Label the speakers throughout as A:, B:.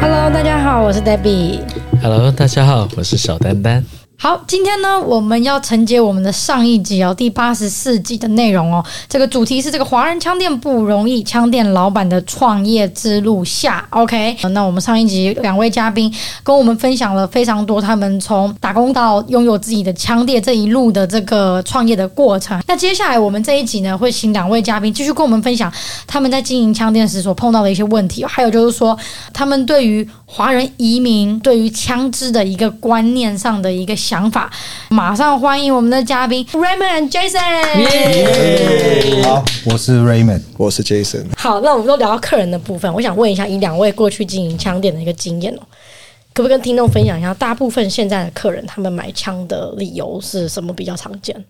A: Hello，大家好，我是 Debbie。
B: Hello，大家好，我是小丹丹。
A: 好，今天呢，我们要承接我们的上一集哦，第八十四集的内容哦。这个主题是这个华人枪店不容易，枪店老板的创业之路下。OK，那我们上一集两位嘉宾跟我们分享了非常多他们从打工到拥有自己的枪店这一路的这个创业的过程。那接下来我们这一集呢，会请两位嘉宾继续跟我们分享他们在经营枪店时所碰到的一些问题，还有就是说他们对于华人移民对于枪支的一个观念上的一个想法。马上欢迎我们的嘉宾 Raymond Jason。
C: 好，我是 Raymond。
D: 我是 Jason，
E: 好，那我们都聊到客人的部分，我想问一下，以两位过去经营枪店的一个经验哦，可不可以跟听众分享一下，大部分现在的客人他们买枪的理由是什么比较常见？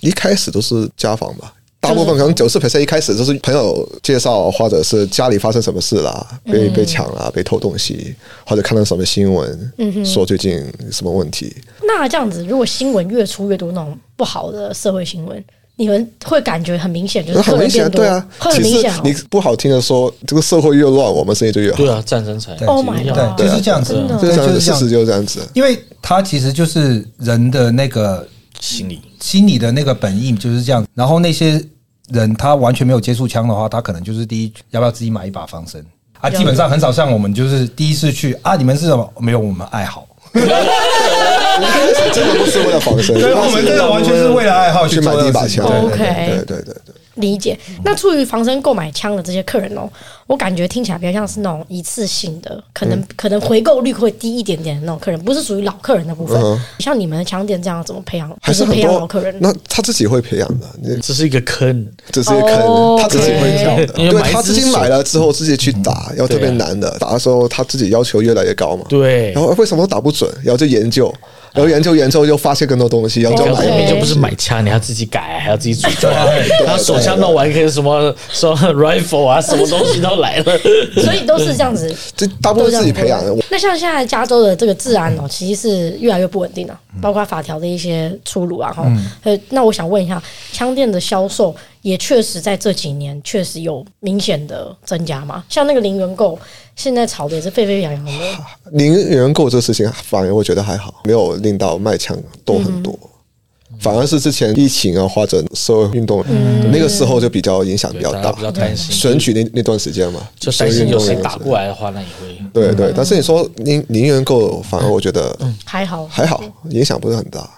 D: 一开始都是家访吧。大部分可能九十 percent 一开始就是朋友介绍，或者是家里发生什么事啦，
E: 嗯
D: 被被抢啦，被偷东西，或者看到什么新
E: 嗯
D: 闻，说最近什么问题。
E: 那这样子，如果新闻越出越多那种不好的社会新闻，你们会感觉很明显，就是
D: 那很
E: 客人
D: 明
E: 变
D: 显，
E: 多，
D: 对啊
E: 嗯会，
D: 其
E: 很明
D: 实
E: 显、哦。
D: 你不好听的说，这个社会越乱，我们生意就越好
B: 对，啊，战争才
E: Oh my
B: 要
E: god
C: 对，就是这样子，
E: 嗯
D: 就
C: 对，
D: 是这样
C: 就
D: 子，
C: 是这
D: 事
C: 样
D: 实
C: 子。
D: 就是这样子。
C: 因为它其实就是人的那个
B: 心理
C: 心理的那个本意就是这样。然后那些人他完全没有接触枪的话，他可能就是第一要不要自己买一把防身啊？基本上很少像我们就是第一次去啊，你们是什么？没有，我们爱好。
D: 真的不是为了防身，
C: 对，我们真的完全是为了爱好
D: 去
C: 做
D: 买第一把
C: 这
D: 枪
C: 个事情。对对对
E: OK
D: 对对对对。
E: 理解。那出于防身购买枪的这些客人哦，我感觉听起来比较像是那种一次性的，可
D: 嗯
E: 能、可能回购率会低一点点的那种客人，不是属于老客人的部分。
D: 嗯哼
E: 像你们的枪店这样怎么培养？
D: 还
E: 就是
D: 很
E: 培养老
D: 多
E: 客人，
D: 那他自己会培养的，你
B: 这是一个坑，
D: 这是一个
E: 哦
D: 坑，他自己会挑的，
B: 对因为
D: 对
B: 买
D: 他
B: 只
D: 自己
B: 手
D: 买了之后自己去打，要特别
B: 对啊
D: 难的，打的时候他自己要求越来越高嘛。
B: 对啊
D: 然后为什么打不准？然后就研究，然后研究研究就发现更多东西，然后
B: 你
D: 就
B: 要
D: 买
B: 后
D: 了。
B: 面就不是买枪，你还要自己改，还要自己组装，
D: 对
B: 然后手枪弄完可以什么什么 rifle 啊，什么东西都来了。
E: 所以都是这样子，
D: 这大部分自己培养的。我
E: 那像现在加州的这个治安哦，其实是越来越不稳定了，
D: 嗯
E: 包括法条的一些出炉啊，哈、呃，那我想问一下，枪店的销售也确实在这几年确实有明显的增加嘛？像那个零元购，现在炒的也是沸沸扬扬的。
D: 零元购这事情，反而我觉得还好，没有令到卖枪多很多。
B: 嗯
D: 反而是之前疫情啊，或者社会运动，那个时候就比较影响比较
B: 对 大
D: 大
B: 家比较担，心
D: 选举那那段时间嘛，
B: 就担
D: 社会
B: 心
D: 运
B: 有
D: 动那
B: 谁
D: 段
B: 打
D: 时间
B: 过啊嗯来的话，那也会
D: 对对，但是你说零零元购，反而我觉得
B: 嗯
E: 还好，
D: 还好，影响不是很大。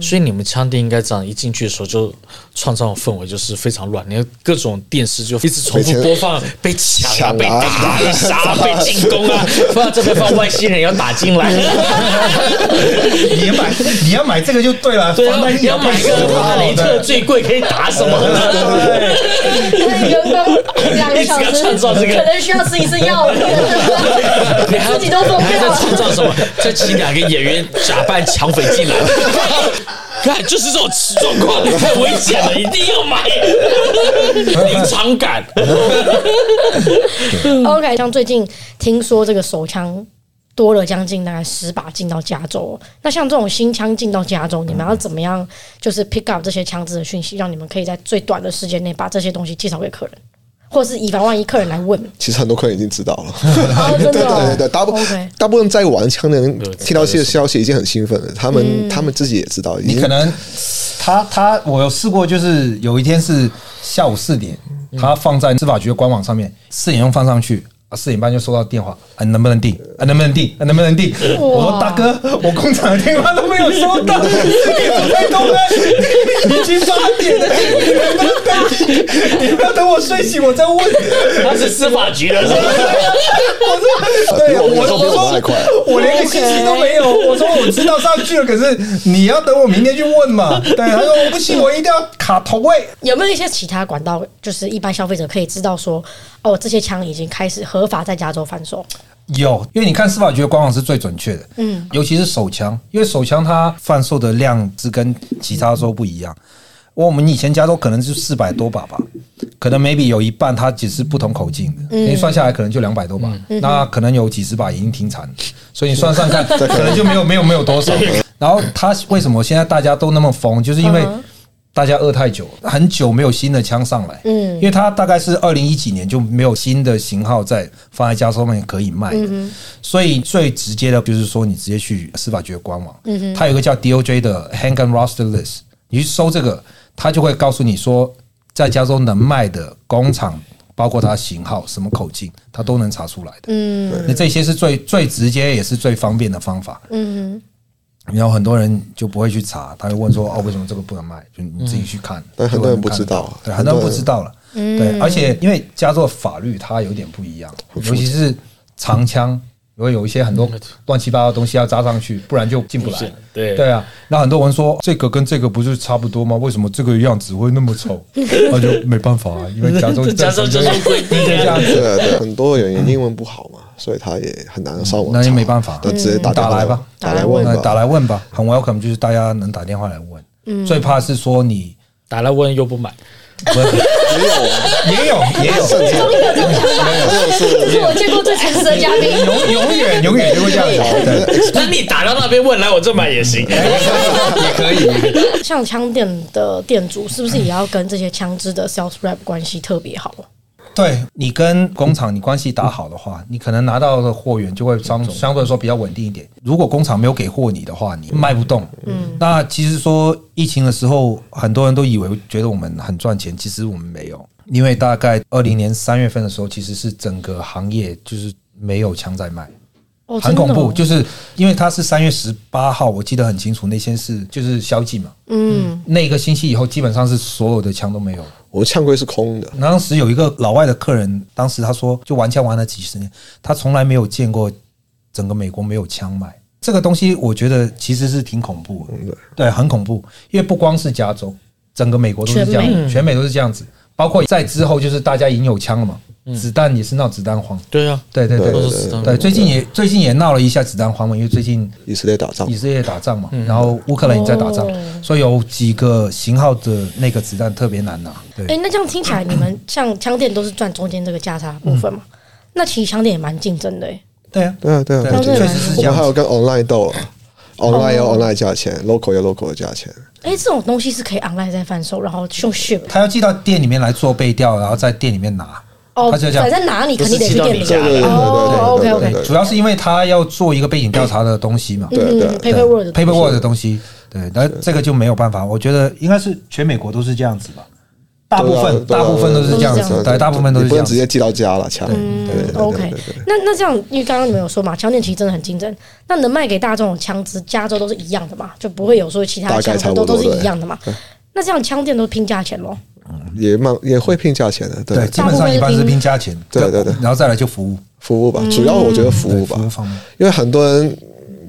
B: 所以你们枪店应该这样，一进去的时候就创造的氛围就是非常乱，你看各种电视就一直重复播放被抢
D: 抢
B: 啊、
D: 啊
B: 被打啊、被杀 啊、被进攻啊，放这边放外星人要打进来，
C: 你要买，你要买这个就对了。
B: 对啊
C: 防弹，衣
B: 要买个
C: 防
B: 哈
C: 弹
B: 雷
C: 衣
B: 特最贵可以打什么呢？
E: 那员工两个 小
B: 一直
E: 时
B: 要创造这个
E: 可能需要吃一次药，
B: 你还
E: 自己都疯
B: 你还在
E: 掉了。
B: 创造什么？再请两个演员假扮抢匪进来。 看，就是这种状况，太危险了，一定要买临场感。
E: OK，像最近听说这个手枪多了将近大概十把进到加州，那像这种新枪进到加州，你们要怎么样就是 pick up 这些枪支的讯息，让你们可以在最短的时间内把这些东西介绍给客人，或是以防万一客人来问，
D: 其实很多客人已经知道了，
E: 哦，真
D: 对对
E: 的、
D: 对对，
E: 哦。
D: 大部
E: OK
D: 大部分在玩枪的人
B: 对
D: 听到这些消息已经很兴奋了，他
E: 嗯
D: 们他们自己也知道，已
C: 你
D: 经
C: 可能他他我有试过，就是有一天是下午四点，
D: 嗯
C: 他放在司法局的官网上面，四点钟放上去。啊，四点半就收到电话，啊，能不能订？啊，能不能订？啊，能不能订？我说大哥，我工厂的电话都没有收到，四点钟在通了，已经八点了，你能不能订？你不要等我睡醒，我再问。
B: 他是司法局的，是吧？
C: 我说，对，
D: 啊比我们
C: 哎我
D: 都比我们还快
C: 说， 我连个星期都没有。我说我知道上去了，可是你要等我明天去问 嘛。对，他说我不行，我一定要卡头位。
E: 有没有一些其他管道，就是一般消费者可以知道说，哦，这些枪已经开始合法在加州贩售？
C: 有，因为你看司法局的官网是最准确的，嗯，尤其是手枪，因为手枪它贩售的量是跟其他州不一样。我们以前加州可能就四百多把吧，可能 maybe 有一半它只是不同口径的，你算下来可能就两百多把，那可能有几十把已经停产了，所以你算算 看， 可能就没有没有没有多少。然后它为什么现在大家都那么疯，就是因为大家饿太久，很久没有新的枪上来，嗯，因为它大概是二零一几年就没有新的型号在放在加州上面可以卖的，所以最直接的就是说你直接去司法局的官网，嗯、它有一个叫 DOJ 的 Handgun Roster List，你去搜这个，它就会告诉你说在加州能卖的工厂。包括它型号、什么口径，它都能查出来的。嗯，那这些是最最直接也是最方便的方法。然后很多人就不会去查，他会问说：“哦，为什么这个不能卖？”就你自己去看。
D: 对很多人
C: 就能看到
D: 不知道啊
C: 对，很
D: 很
C: 多
D: 多人
C: 人不知道了。
D: 嗯
C: 对，而且因为加州的法律它有点不一样，尤其是长枪，如果有一些很多乱七八糟的东西要扎上去，不然就进不来
B: 不是。嗯对
C: 对啊，那很多人说这个跟这个不是差不多吗？为什么这个样子会那 么丑？那就没办法啊，因为加州
B: 加州就是规定
C: 就这
B: 啊
C: 样子。
D: 对啊对啊，很多人英文不好嘛，所以他也很难上网查。
C: 那也没办法
D: 那直
E: 嗯
D: 接打
C: 打
D: 电话
C: 来吧
D: 嗯打来问
C: 那
D: 吧，
C: 打来问吧，很 welcome，就是大家能打电话来问。
D: 嗯
C: 最怕是说你
B: 打来问又不买，
C: 不是
D: 没有啊，
C: 也有也 有，
D: 甚至
E: 这是我见过最诚实的嘉宾。
C: 永 永远永远就会这样子，对，
B: 那你打到那边问来我这买也行。
C: 也可以。
E: 像枪店的店主是不是也要跟这些枪支的 sales rep 关系特别好？
C: 对你跟工厂你关系打好的话，你可能拿到的货源就会相相对来说比较稳定一点。如果工厂没有给货你的话，你卖不动。嗯，那其实说疫情的时候，很多人都以为觉得我们很赚钱，其实我们没有，因为大概二零年三月份的时候，其实是整个行业就是没有枪在卖。
E: 哦，
C: 很
E: 真的
C: 恐
E: 哦
C: 怖，就是因为它是三月十八号，我记得很清楚，那些是就是宵禁嘛，嗯，那个星期以后基本上是所有的枪都没有了。
D: 我们枪柜是空的，
C: 当时有一个老外的客人，当时他说就玩枪玩了几十年，他从来没有见过整个美国没有枪买。这个东西我觉得其实是挺恐怖
B: 嗯
C: 的，对，很恐怖，因为不光是加州，整个美国都是这样，
E: 全
C: 全美都是这样子，包括在之后就是大家已经有枪了嘛，子弹也是闹子弹荒，
B: 对啊，
C: 对对
B: 嗯
C: 对
D: 对
B: 都
C: 对
B: 是死
C: 对，最近也最近也闹了一下子弹荒嘛，因为最近
D: 以色列打仗
C: 以，色列打仗嘛，
B: 嗯
C: 然后乌克兰也在打仗，所以有几个型号的那个子弹特别难拿。
E: 哎、
C: 对，
E: 那这样听起来，你们像枪店都是赚中间这个价差部分嘛？那其实枪店也蛮竞争的、欸，
C: 对啊，
D: 对啊对啊，
C: 对，
D: 我
E: 啊
D: 记
E: 对
D: 得
C: 确实是
D: 我
C: 这
D: 们
C: 样
D: 还
C: 子。
D: 有跟 online 斗了，online
E: 哦
D: 有 online 价钱，local 有 local 的价钱，
E: 哎、这种东西是可以 online 再贩售，然后用 ship
C: 他要寄到店里面来做背调，然后在店里面拿。
E: 哦，
C: 他就这样
E: 反正拿你肯定得去店里
B: 不是寄
D: 对
B: 到
D: 对
E: 拿
D: 对
E: 哦
D: 对对
E: ，OK，OK
D: 对对
C: 主要是因为他要做一个背景调查的东西嘛，
D: 对对对，
E: p a p e r w o r d
C: p a p e r w o r d 的东西，对，那这个就没有办法。我觉得应该是全美国都是这样子吧，大部分
D: 对啊对啊
C: 大部分都是这样
E: 都是这
C: 子，对，大部分都
D: 你
C: 是这
D: 不能
C: 样
D: 直
C: 子。
D: 接寄到家了，枪，对对对对
E: OK，
D: 对对。
E: 那那这样，因为刚刚你们有说嘛，枪店其实真的很竞争。那能卖给大众的枪支，加州都是一样的嘛，就不会有说其他
D: 大
E: 的
D: 概
E: 枪
D: 差
E: 支
D: 不
E: 都
D: 多
E: 都是一样的嘛。那这样枪店都拼价钱咯。
D: 也蛮也会拼价钱的，
C: 对，
D: 对，
C: 基本上一般是拼价钱，
D: 对对对
C: 然后再来就服务，
D: 服务
E: 嗯
D: 吧，主要我觉得服
C: 对
D: 务吧
C: 嗯服，务方面。
D: 因为很多人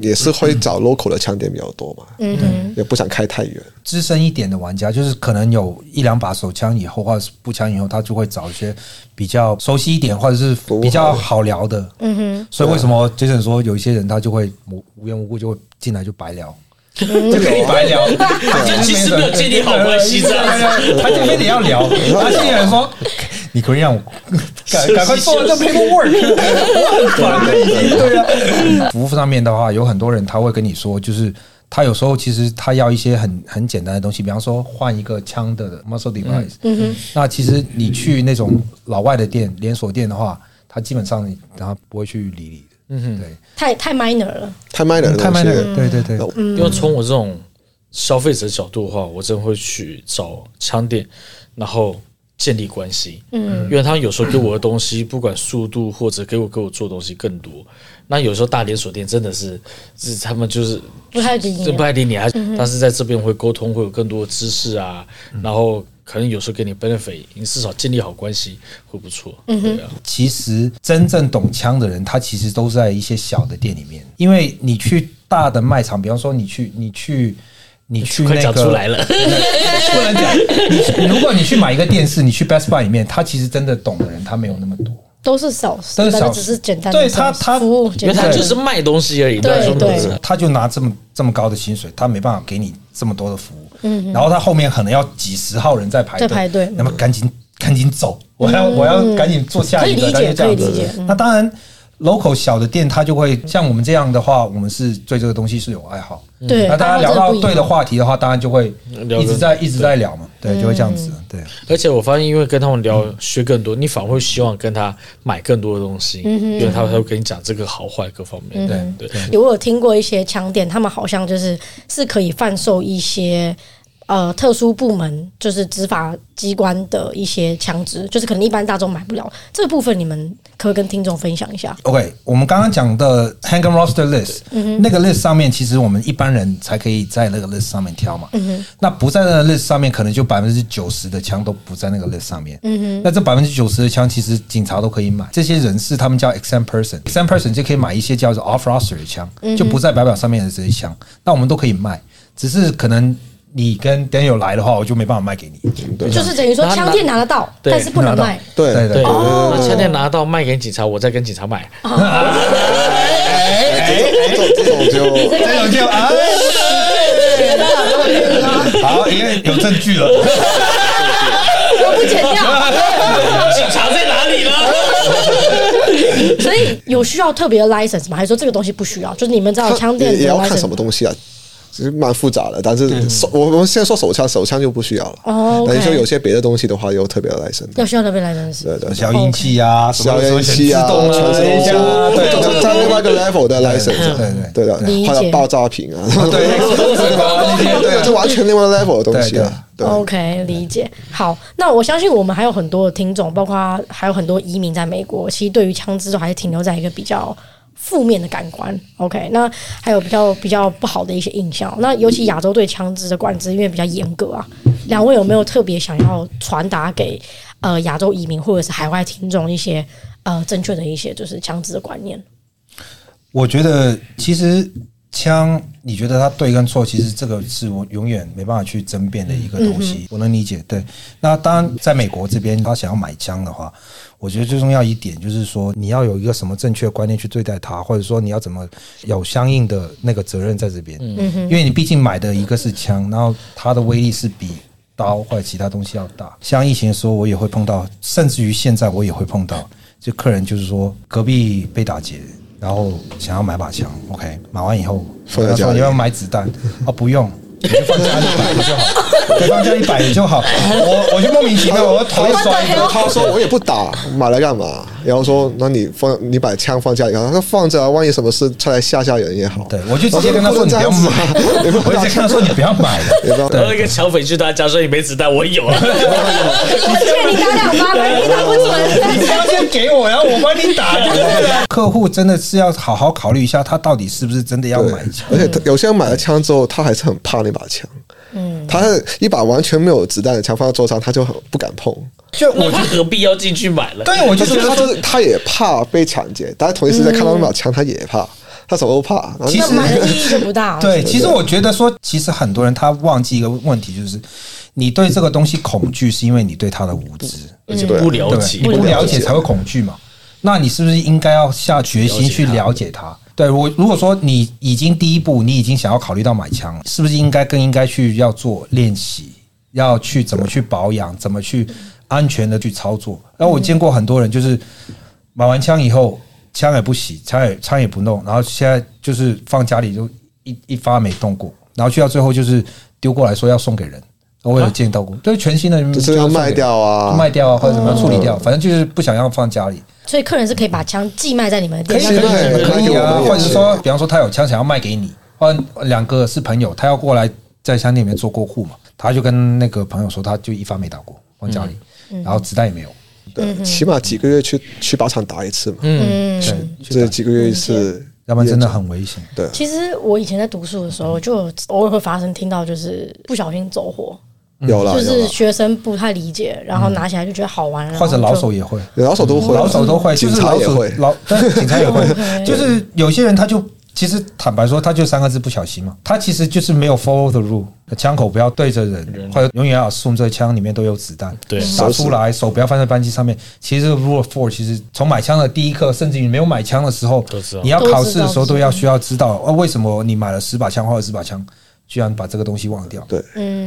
D: 也是会找 local 的枪店比较多嘛，
E: 嗯哼，
D: 也不想开太远，
C: 资深一点的玩家，就是可能有一两把手枪以后，或者是步枪以后，他就会找一些比较熟悉一点，或者是比较好聊的。嗯哼，所以为什么 Jason 说有一些人他就会无无缘无故就会进来就白聊，就跟你白聊，
B: 就其实没有建立好关系这样子
C: 他就非得要聊，他进来说。你可以 让我赶赶快做完这 paperwork，我很烦了已经。对啊，服务上面的话，有很多人他会跟你说，就是他有时候其实他要一些很很简单的东西，比方说换一个枪的 muscle device。那其实你去那种老外的店、连锁店的话，他基本上他不会去理你的。嗯哼，对，
E: 太太 minor 了。
D: 太慢了，
C: 嗯太慢了。对对对，
E: 嗯
B: 因为从我这种消费者角度的话，我真的会去找枪店，然后建立关系。嗯，因为他们有时候给我的东西，不管速度或者给我给我做的东西更多。那有时候大连锁店真的是是他们就是
E: 不太理你嗯
B: 这不太理你啊。但是在这边会沟通，会有更多的知识啊，然后可能有时候给你 benefit，你至少建立好关系会不错。
E: 嗯
B: 对啊，
C: 其实真正懂枪的人，他其实都是在一些小的店里面，因为你去大的卖场，比方说你去你去你去
B: 快
C: 那
B: 讲出来
C: 个。
B: 了。
C: 不能讲。你如果你去买一个电视，你去 Best Buy 里面，他其实真的懂的人，他没有那么多。
E: 都是少，
C: 都是
E: 但
C: sales
E: 只是简单的
C: 对
E: sales，
C: 他他
E: 服务
B: 因
E: 简
B: 为
E: 单
B: 他
E: 的，
B: 就是卖东西而已，
E: 对
B: 那种
E: 对
C: 他就拿这么这么高的薪水，他没办法给你这么多的服务。然后他后面可能要几十号人在排队，
E: 在嗯排队嗯
C: 那么赶紧赶紧走，我要、我要赶紧做下一个，
E: 可以理解
C: 那就这样
E: 可以理
C: 子
E: 解。嗯
C: 那当然。 local 小的店，它就会像我们这样的话，我们是对这个东西是有爱好。
B: 嗯
E: 对，
C: 那大家聊到
E: 真不
C: 对
E: 一
C: 的
E: 样，
C: 话题的话，当然就会
B: 聊
C: 一直
B: 得
C: 在一直在聊嘛，对，就会这样子，
E: 嗯
C: 对。
B: 而且我发现，因为跟他们聊学更多，你反而会希望跟他买更多的东西，因为他才会跟你讲这个好坏各方面。对对，
E: 有我有听过一些枪店，他们好像就是是可以贩售一些。呃，特殊部门就是执法机关的一些枪支，就是可能一般大众买不了这个部分，你们可不可以跟听众分享一下？
C: OK，我们刚刚讲的 Hang and Roster List，、那个 list 上面，其实我们一般人才可以在那个 list 上面挑嘛。那不在那个 list 上面，可能就百分之九十的枪都不在那个 list 上面。那这百分之九十的枪，其实警察都可以买。这些人士他们叫 exempt person，exempt person 就可以买一些叫做 off roster 的枪，就不在白表上面的这些枪，那我们都可以卖，只是可能。你跟 Daniel 来的话，我就没办法卖给你。
E: 就是等于说
B: 拿
E: 枪店拿得到，
B: 对
E: 但是 不能卖。
D: 对
C: 对
B: 对，
C: 对，
B: 那前天拿到卖给警察，我再跟警察买。
D: 哎这种这种就
C: 这种就哎，好，因为有证据了。
E: 我不剪掉。
B: 警察在哪里呢？
E: 所以有需要特别的 license 吗？还是说这个东西不需要？就是你们知道枪店
D: 也也
E: 的
D: 要看什
E: license
D: 么东西啊。其实蛮复杂的，但是手我我们现在说手枪，手枪就不需要了。
E: 哦
D: 但是说
E: OK
D: 有些别的东西的话，有特别的来生
E: 要需要特别 license。
D: 对对，
C: 消音器啊，什么
D: 消音器啊，
C: 自动啊，音
D: 全自
C: 箱
D: 动
C: 啊，嗯对
D: 就
C: 对
D: 是在另外一个 level 的 license，对哎的
E: 理，解
D: 还有爆炸品啊，对
C: 对，啊那些
D: 对，就完全另外 level 的东西啊，对。
E: OK，理解。好，那我相信我们还有很多的听众，包括还有很多移民在美国，其实对于枪支都还是停留在一个比较负面的感官。OK，那还有比较比较不好的一些印象。那尤其亚洲对枪支的管制因为比较严格啊，两位有没有特别想要传达给呃亚洲移民或者是海外听众一些呃正确的一些就是枪支的观念？
C: 我觉得其实枪，你觉得它对跟错，其实这个是我永远没办法去争辩的一个东西。我能理解，对。那当然，在美国这边，他想要买枪的话，我觉得最重要一点就是说，你要有一个什么正确的观念去对待它，或者说你要怎么有相应的那个责任在这边。因为你毕竟买的一个是枪，然后它的威力是比。刀或者其他东西要大，像疫情的时候，我也会碰到，甚至于现在我也会碰到，就客人就是说隔壁被打劫，然后想要买把枪，OK，买完以后，
D: 放在
C: 他
D: 家
C: 说你
D: 里
C: 要不要买子弹，啊不用。你就放家里摆着就好，对，放家里摆着就好。我我就莫名其妙，我头甩一个，
D: 他说我也不打，买来干嘛？然后说，那你放你把枪放家里，他说放着啊，万一什么事出来吓吓人也好。
C: 对我就直接跟他说
D: 我
C: 你不
D: 这
C: 要
D: 样子啊
C: 买，
D: 你不
C: 我
D: 要
C: 就直接跟他说你不要买了。
D: 你不要
B: 然后一个抢匪去他家说你没子弹，我有啊。
E: 我劝你打两发，你打不
C: 你
E: 准。
C: 条件给我，然后我帮你打就对了。客户真的是要好好考虑一下，他到底是不是真的要
D: 对
C: 买枪。
D: 而且他有些人买了枪之后，他还是很怕那把枪。嗯，他一把完全没有子弹的枪放在桌上，他就很不敢碰。
C: 就
B: 那
C: 我
B: 他何必要进去买了？
C: 对我就觉
D: 但是
C: 得
D: 他
C: 说
D: 就是他也怕被抢劫，但是同一时间看到那把枪，他也怕，他什么都怕。然后
C: 其
E: 那
C: 实
E: 买的意义就不大。哦
C: 对，其实我觉得说，其实很多人他忘记一个问题，就是你对这个东西恐惧，是因为你对它的无知，
B: 而且
D: 对
B: 不了
C: 对
B: 解，
C: 你不了
D: 了
C: 解
D: 解
C: 才会恐惧嘛。那你是不是应该要下决心去了解它？对我，如果说你已经第一步，你已经想要考虑到买枪，是不是应该更应该去要做练习，要去怎么去保养，怎么去安全的去操作？然后我见过很多人就是买完枪以后，枪也不洗，枪也枪也不弄，然后现在就是放家里就一一发没动过，然后去到最后就是丢过来说要送给人，我有见到过，就是全新的
D: 就是要卖掉啊，
C: 卖掉啊，或者怎么样处理掉，反正就是不想要放家里，
E: 所以客人是可以把枪寄卖在你们的
C: 可
E: 店，
C: 以
E: 那就
D: 卖
C: 可以啊，
D: 卖给我们也是
C: 或者说，比方说他有枪想要卖给你，或者两个是朋友，他要过来在商店里面做过户嘛，他就跟那个朋友说，他就一发没打过，放家里，
D: 嗯
C: 然后子弹也没有，
D: 对，起码几个月去去靶场打一次嘛，
B: 嗯，
C: 对，
D: 这几个月一次，
C: 要不然真的很危险。
D: 对，
E: 其实我以前在读书的时候，就偶尔会发生听到就是不小心走火，
D: 有了
E: 就
D: 有
E: 是
D: 了，
E: 学生不太理解，然后拿起来就觉得好
D: 嗯
E: 玩，然后
C: 或者老
E: 就
C: 手也会，
D: 老手都会，
C: 老手都会，就
D: 警
C: 是
D: 察
C: 老
D: 也
C: 手
D: 会，
C: 老但警察也
E: OK
C: 会，就是有些人他就其实坦白说，他就三个字不小心嘛，他其实就是没有 follow the rule，枪口不要对着人，或者永远要 assume 这枪里面都有子弹，
B: 对
C: 打出来手不要放在扳机上面。其实这个 rule four 其实从买枪的第一课，甚至于没有买枪的时候
B: 都知道，
C: 你要考试的时候都要需要知道，哦，为什么你买了十把枪或者十把枪？居然把这个东西忘掉，
D: 对，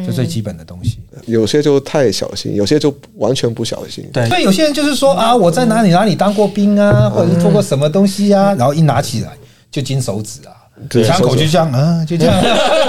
C: 这最基本的东西。
D: 有些就太小心，有些就完全不小心。
B: 对
C: 对，有些人就是说啊，我在哪里哪里当过兵啊，或者是做过什么东西啊，然后一拿起来就金手指啊，
D: 对
C: 枪口就这样啊，就这样。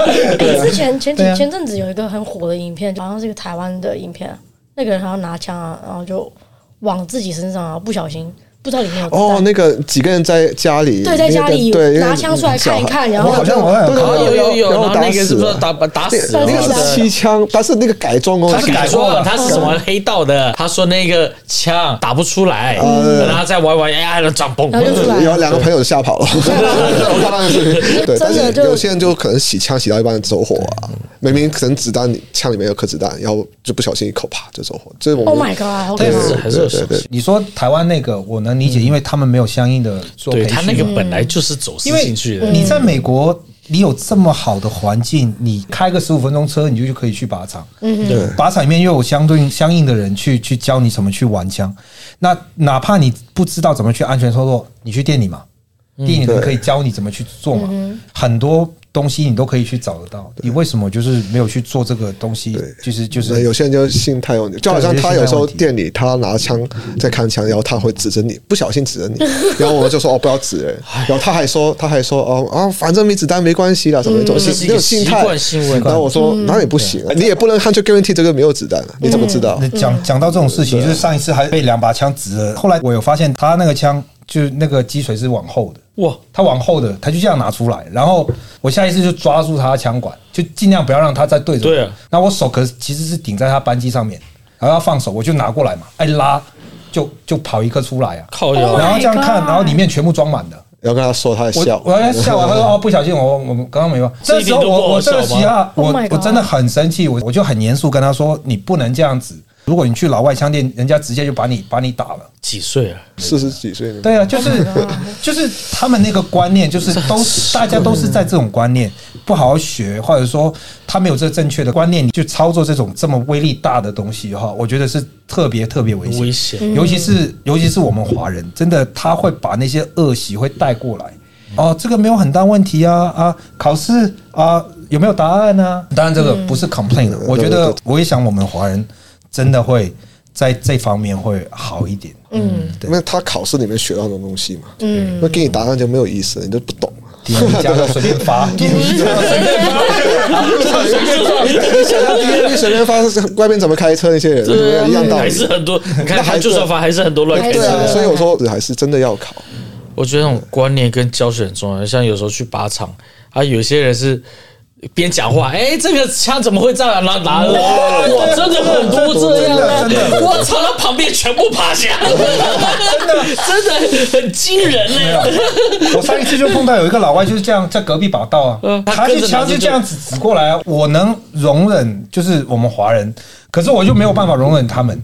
E: 之前前几
C: 对啊
E: 前阵子有一个很火的影片，好像是一个台湾的影片，那个人好像拿枪啊，然后就往自己身上啊，不小心不知道里面有子弹
D: 哦，那个几个人在家里，
E: 对，在家里
D: 那个对，
E: 拿枪出来看一看，然
C: 我
E: 后
C: 好像我好像有
D: 对对
C: 看
B: 啊
C: 过
B: 有有有，
D: 然
B: 然
D: 后
B: 后那
D: 打
B: 个
D: 死
B: 是不是
D: 了
B: 打把打
D: 那
B: 死了？
D: 那个是
B: 对
D: 七枪，但是那个改装哦，
B: 他
C: 是
B: 改
C: 改过
B: 说
C: 了
B: 他是什么黑道的？他说那个枪打不出来，然后再玩玩，哎呀，长蹦，
E: 然后就出来
D: 有两个朋友吓 跑了，我看到那个视频。对，但
E: 真的
D: 是
E: 就
D: 有些人就可能洗枪洗到一半走火啊，明明可能子弹枪里面有颗子弹，然后就不小心一口啪就走火，这我
E: Oh my
D: 们
E: god，好可
B: 对，
E: 怕！
B: 是还是有
D: 对
B: 手
D: 对
B: 机。
C: 你说台湾那个，我能理解，因为他们没有相应的做培
B: 对
C: 训
B: 他
C: 嘛。
B: 那个本来就是走私
C: 因为
B: 进去的，
C: 你在美国，你有这么好的环境，你开个十五分钟车，你就可以去靶场。嗯
B: 对
C: 靶场里面又有相对应相应的人去去教你怎么去玩枪。那哪怕你不知道怎么去安全操作，你去店里嘛，
B: 嗯
C: 店里人可以教你怎么去做嘛，很多。东西你都可以去找得到，你为什么就是没有去做这个东西？就是就
D: 那
C: 是
D: 有些人就心态问题，就好像他有时候店里他拿枪在看枪，然后他会指着你，不小心指着你，然后我们就说哦不要指人，
C: 哎
D: 然后他还说他还说哦啊反正没子弹没关系啦什
E: 嗯
D: 么那种
B: 这
D: 心
B: 是一
D: 那
B: 个
D: 种心
B: 习
D: 态。
B: 惯性问题
D: 然。后我说哪里不行啊，你也不能看就 guarantee 这个没有子弹啊，你怎么知道
E: 嗯
C: 那？讲讲到这种事情，就是上一次还被两把枪指了，后来我有发现他那个枪就是那个击锤是往后的，
B: 哇，
C: 他往后的，他就这样拿出来，然后我下意识就抓住他的枪管，就尽量不要让他再对着我。
B: 对啊
C: 那我手可是其实是顶在他扳机上面，然后他放手，我就拿过来嘛，哎拉，就就跑一颗出来啊，
B: 靠腰
E: my
C: 然后这样看，
E: God
C: 然后里面全部装满的。
D: 然后跟他说他在笑
C: 我，我要笑完，他说哦，不小心，我我们刚刚没有。
B: 这
C: 这
B: 一
C: 时
B: 点
C: 候
B: 都不好
C: 我我这个
B: 笑
C: 时
B: 吗
C: 候我
E: Oh my
C: 我
E: God
C: 真的很生气，我我就很严肃跟他说，你不能这样子。如果你去老外枪店，人家直接就把你把你打了。
B: 几岁啊？
D: 四十几岁呢，
C: 对啊，就是就是他们那个观念，就是都是大家都是在这种观念不好好学，或者说他没有这正确的观念，你就操作这种这么威力大的东西哈，我觉得是特别特别危
B: 很
C: 险。
B: 危险，
C: 尤其是尤其是我们华人，真的他会把那些恶习会带过来。哦，这个没有很大问题啊啊，考试啊有没有答案啊？当然这个不是 complain 了，我觉
D: 对
C: 得
D: 对
C: 我也想我们华人真的会在这方面会好一点。嗯，对
D: 因，为他考试里面学到的东西嘛，
E: 嗯，
D: 那给你答案就没有意思，你就不懂。
C: 第一加个随便发，第一加个随便
D: 你想象第一，你随便发外面怎么开车那些人，对不对一样道
B: 还
D: 理。
B: 是很多。你看，
D: 那还
B: 他
D: 是
B: 就算法还是很多乱开
D: 对
B: 车
D: 啊，
B: 的。
D: 所以我说还是真的要考。
B: 我觉得那种观念跟教学很重要。像有时候去靶场，啊，有些人是边讲话，哎、这个枪怎么会这样拿拿？哇，哇真的很多这样啊！
C: 真的真的
B: 我操，他旁边全部趴下，真的 真的很惊人呢、
C: 我上一次就碰到有一个老外就是这样在隔壁把道啊
B: 嗯，
C: 他就枪就这样子指过来啊，我能容忍就是我们华人，可是我就没有办法容忍他们。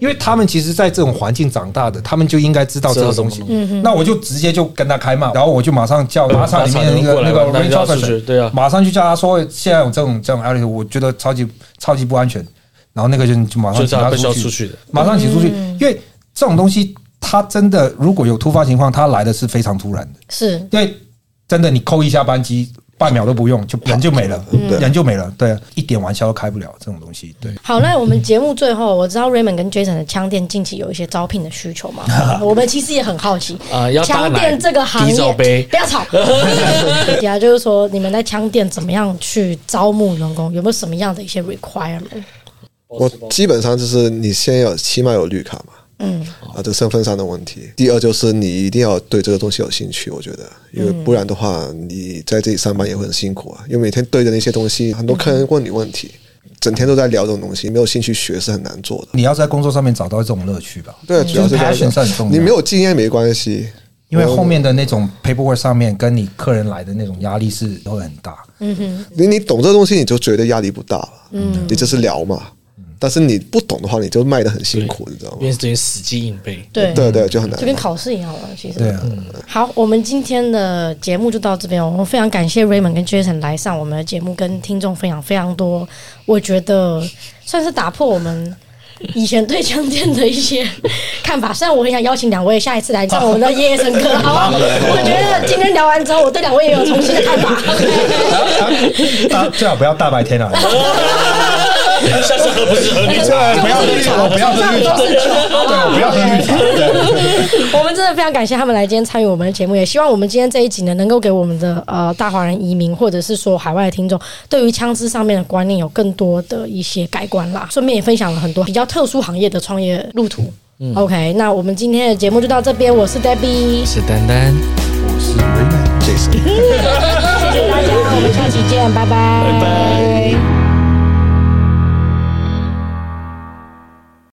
C: 因为他们其实，在这种环境长大的，他们就应该知道这个东
B: 知
C: 西
B: 道。
C: 那我就直接就跟他开骂，然后我就马上叫马场里面的那个
B: 马场
C: 那个
B: 过来
C: r a n
B: 让你去
C: g
B: 对啊
C: 马上去叫他说，现在有这种这种 area，我觉得超级超级不安全。然后那个人就马上
B: 就这
C: 请
B: 样
C: 他
B: 被消
C: 出去
B: 出。去的。
C: 马上请出去，
D: 嗯
C: 因为这种东西它真的如果有突发情况，它来的是非常突然的，
E: 是
C: 因为真的你扣一下扳机。半秒都不用，就人就没了，
D: 嗯
C: 人就没了，对，啊一点玩笑都开不了，这种东西，对，
E: 好。那我们节目最后，我知道 Raymond 跟 Jason 的枪店近期有一些招聘的需求嘛，我们其实也很好奇
B: 啊要搭
E: 枪
B: 哪
E: 店这个行
B: 低罩
E: 业
B: 杯，
E: 不要吵。底下就是说，你们在枪店怎么样去招募员工？有没有什么样的一些 requirement？
D: 我基本上就是你先要起码有绿卡嘛，嗯，啊，这身份上的问题。第二就是你一定要对这个东西有兴趣，我觉得，因为不然的话，你在这里上班也会很辛苦啊，因为每天对着那些东西，很多客人问你问题，整天都在聊这种东西，没有兴趣学是很难做的。
C: 你要在工作上面找到这种乐趣吧，
D: 对，主要是这样
C: passion 是很重要
D: 你没有经验没关系，
C: 因为后面的那种 paperwork 上面跟你客人来的那种压力是会很大，
D: 你你懂这东西，你就觉得压力不大了，嗯，你就是聊嘛。但是你不懂的话，你就卖的很辛苦，你知道吗
B: 因？为等于死记硬背，
E: 对
D: 对对，就很难
E: 就。跟考试一样了，其实。
C: 对啊，
B: 嗯
E: 好，我们今天的节目就到这边哦。我们非常感谢 Raymond 跟 Jason 来上我们的节目，跟听众分享非常多，我觉得算是打破我们以前对枪店的一些看法。虽然我很想邀请两位下一次来上我们的夜夜笙歌，好吧？我觉得今天聊完之后，我对两位也有重新的看法。
C: 大啊最好不要大白天啊，
B: 下次喝不是喝绿茶，
C: 不要喝绿茶，不要喝绿茶，对，不要喝绿茶，对，
E: 我们真的非常感谢他们来今天参与我们的节目，也希望我们今天这一集呢，能够给我们的呃大华人移民或者是说海外的听众，对于枪支上面的观念有更多的一些改观啦。顺便也分享了很多比较特殊行业的创业路途。OK，那我们今天的节目就到这边，我是 Debbie，
B: 是丹丹，
C: 我是瑞曼。
D: 这是。
E: 谢谢大家，我们下期见，拜拜
B: 拜。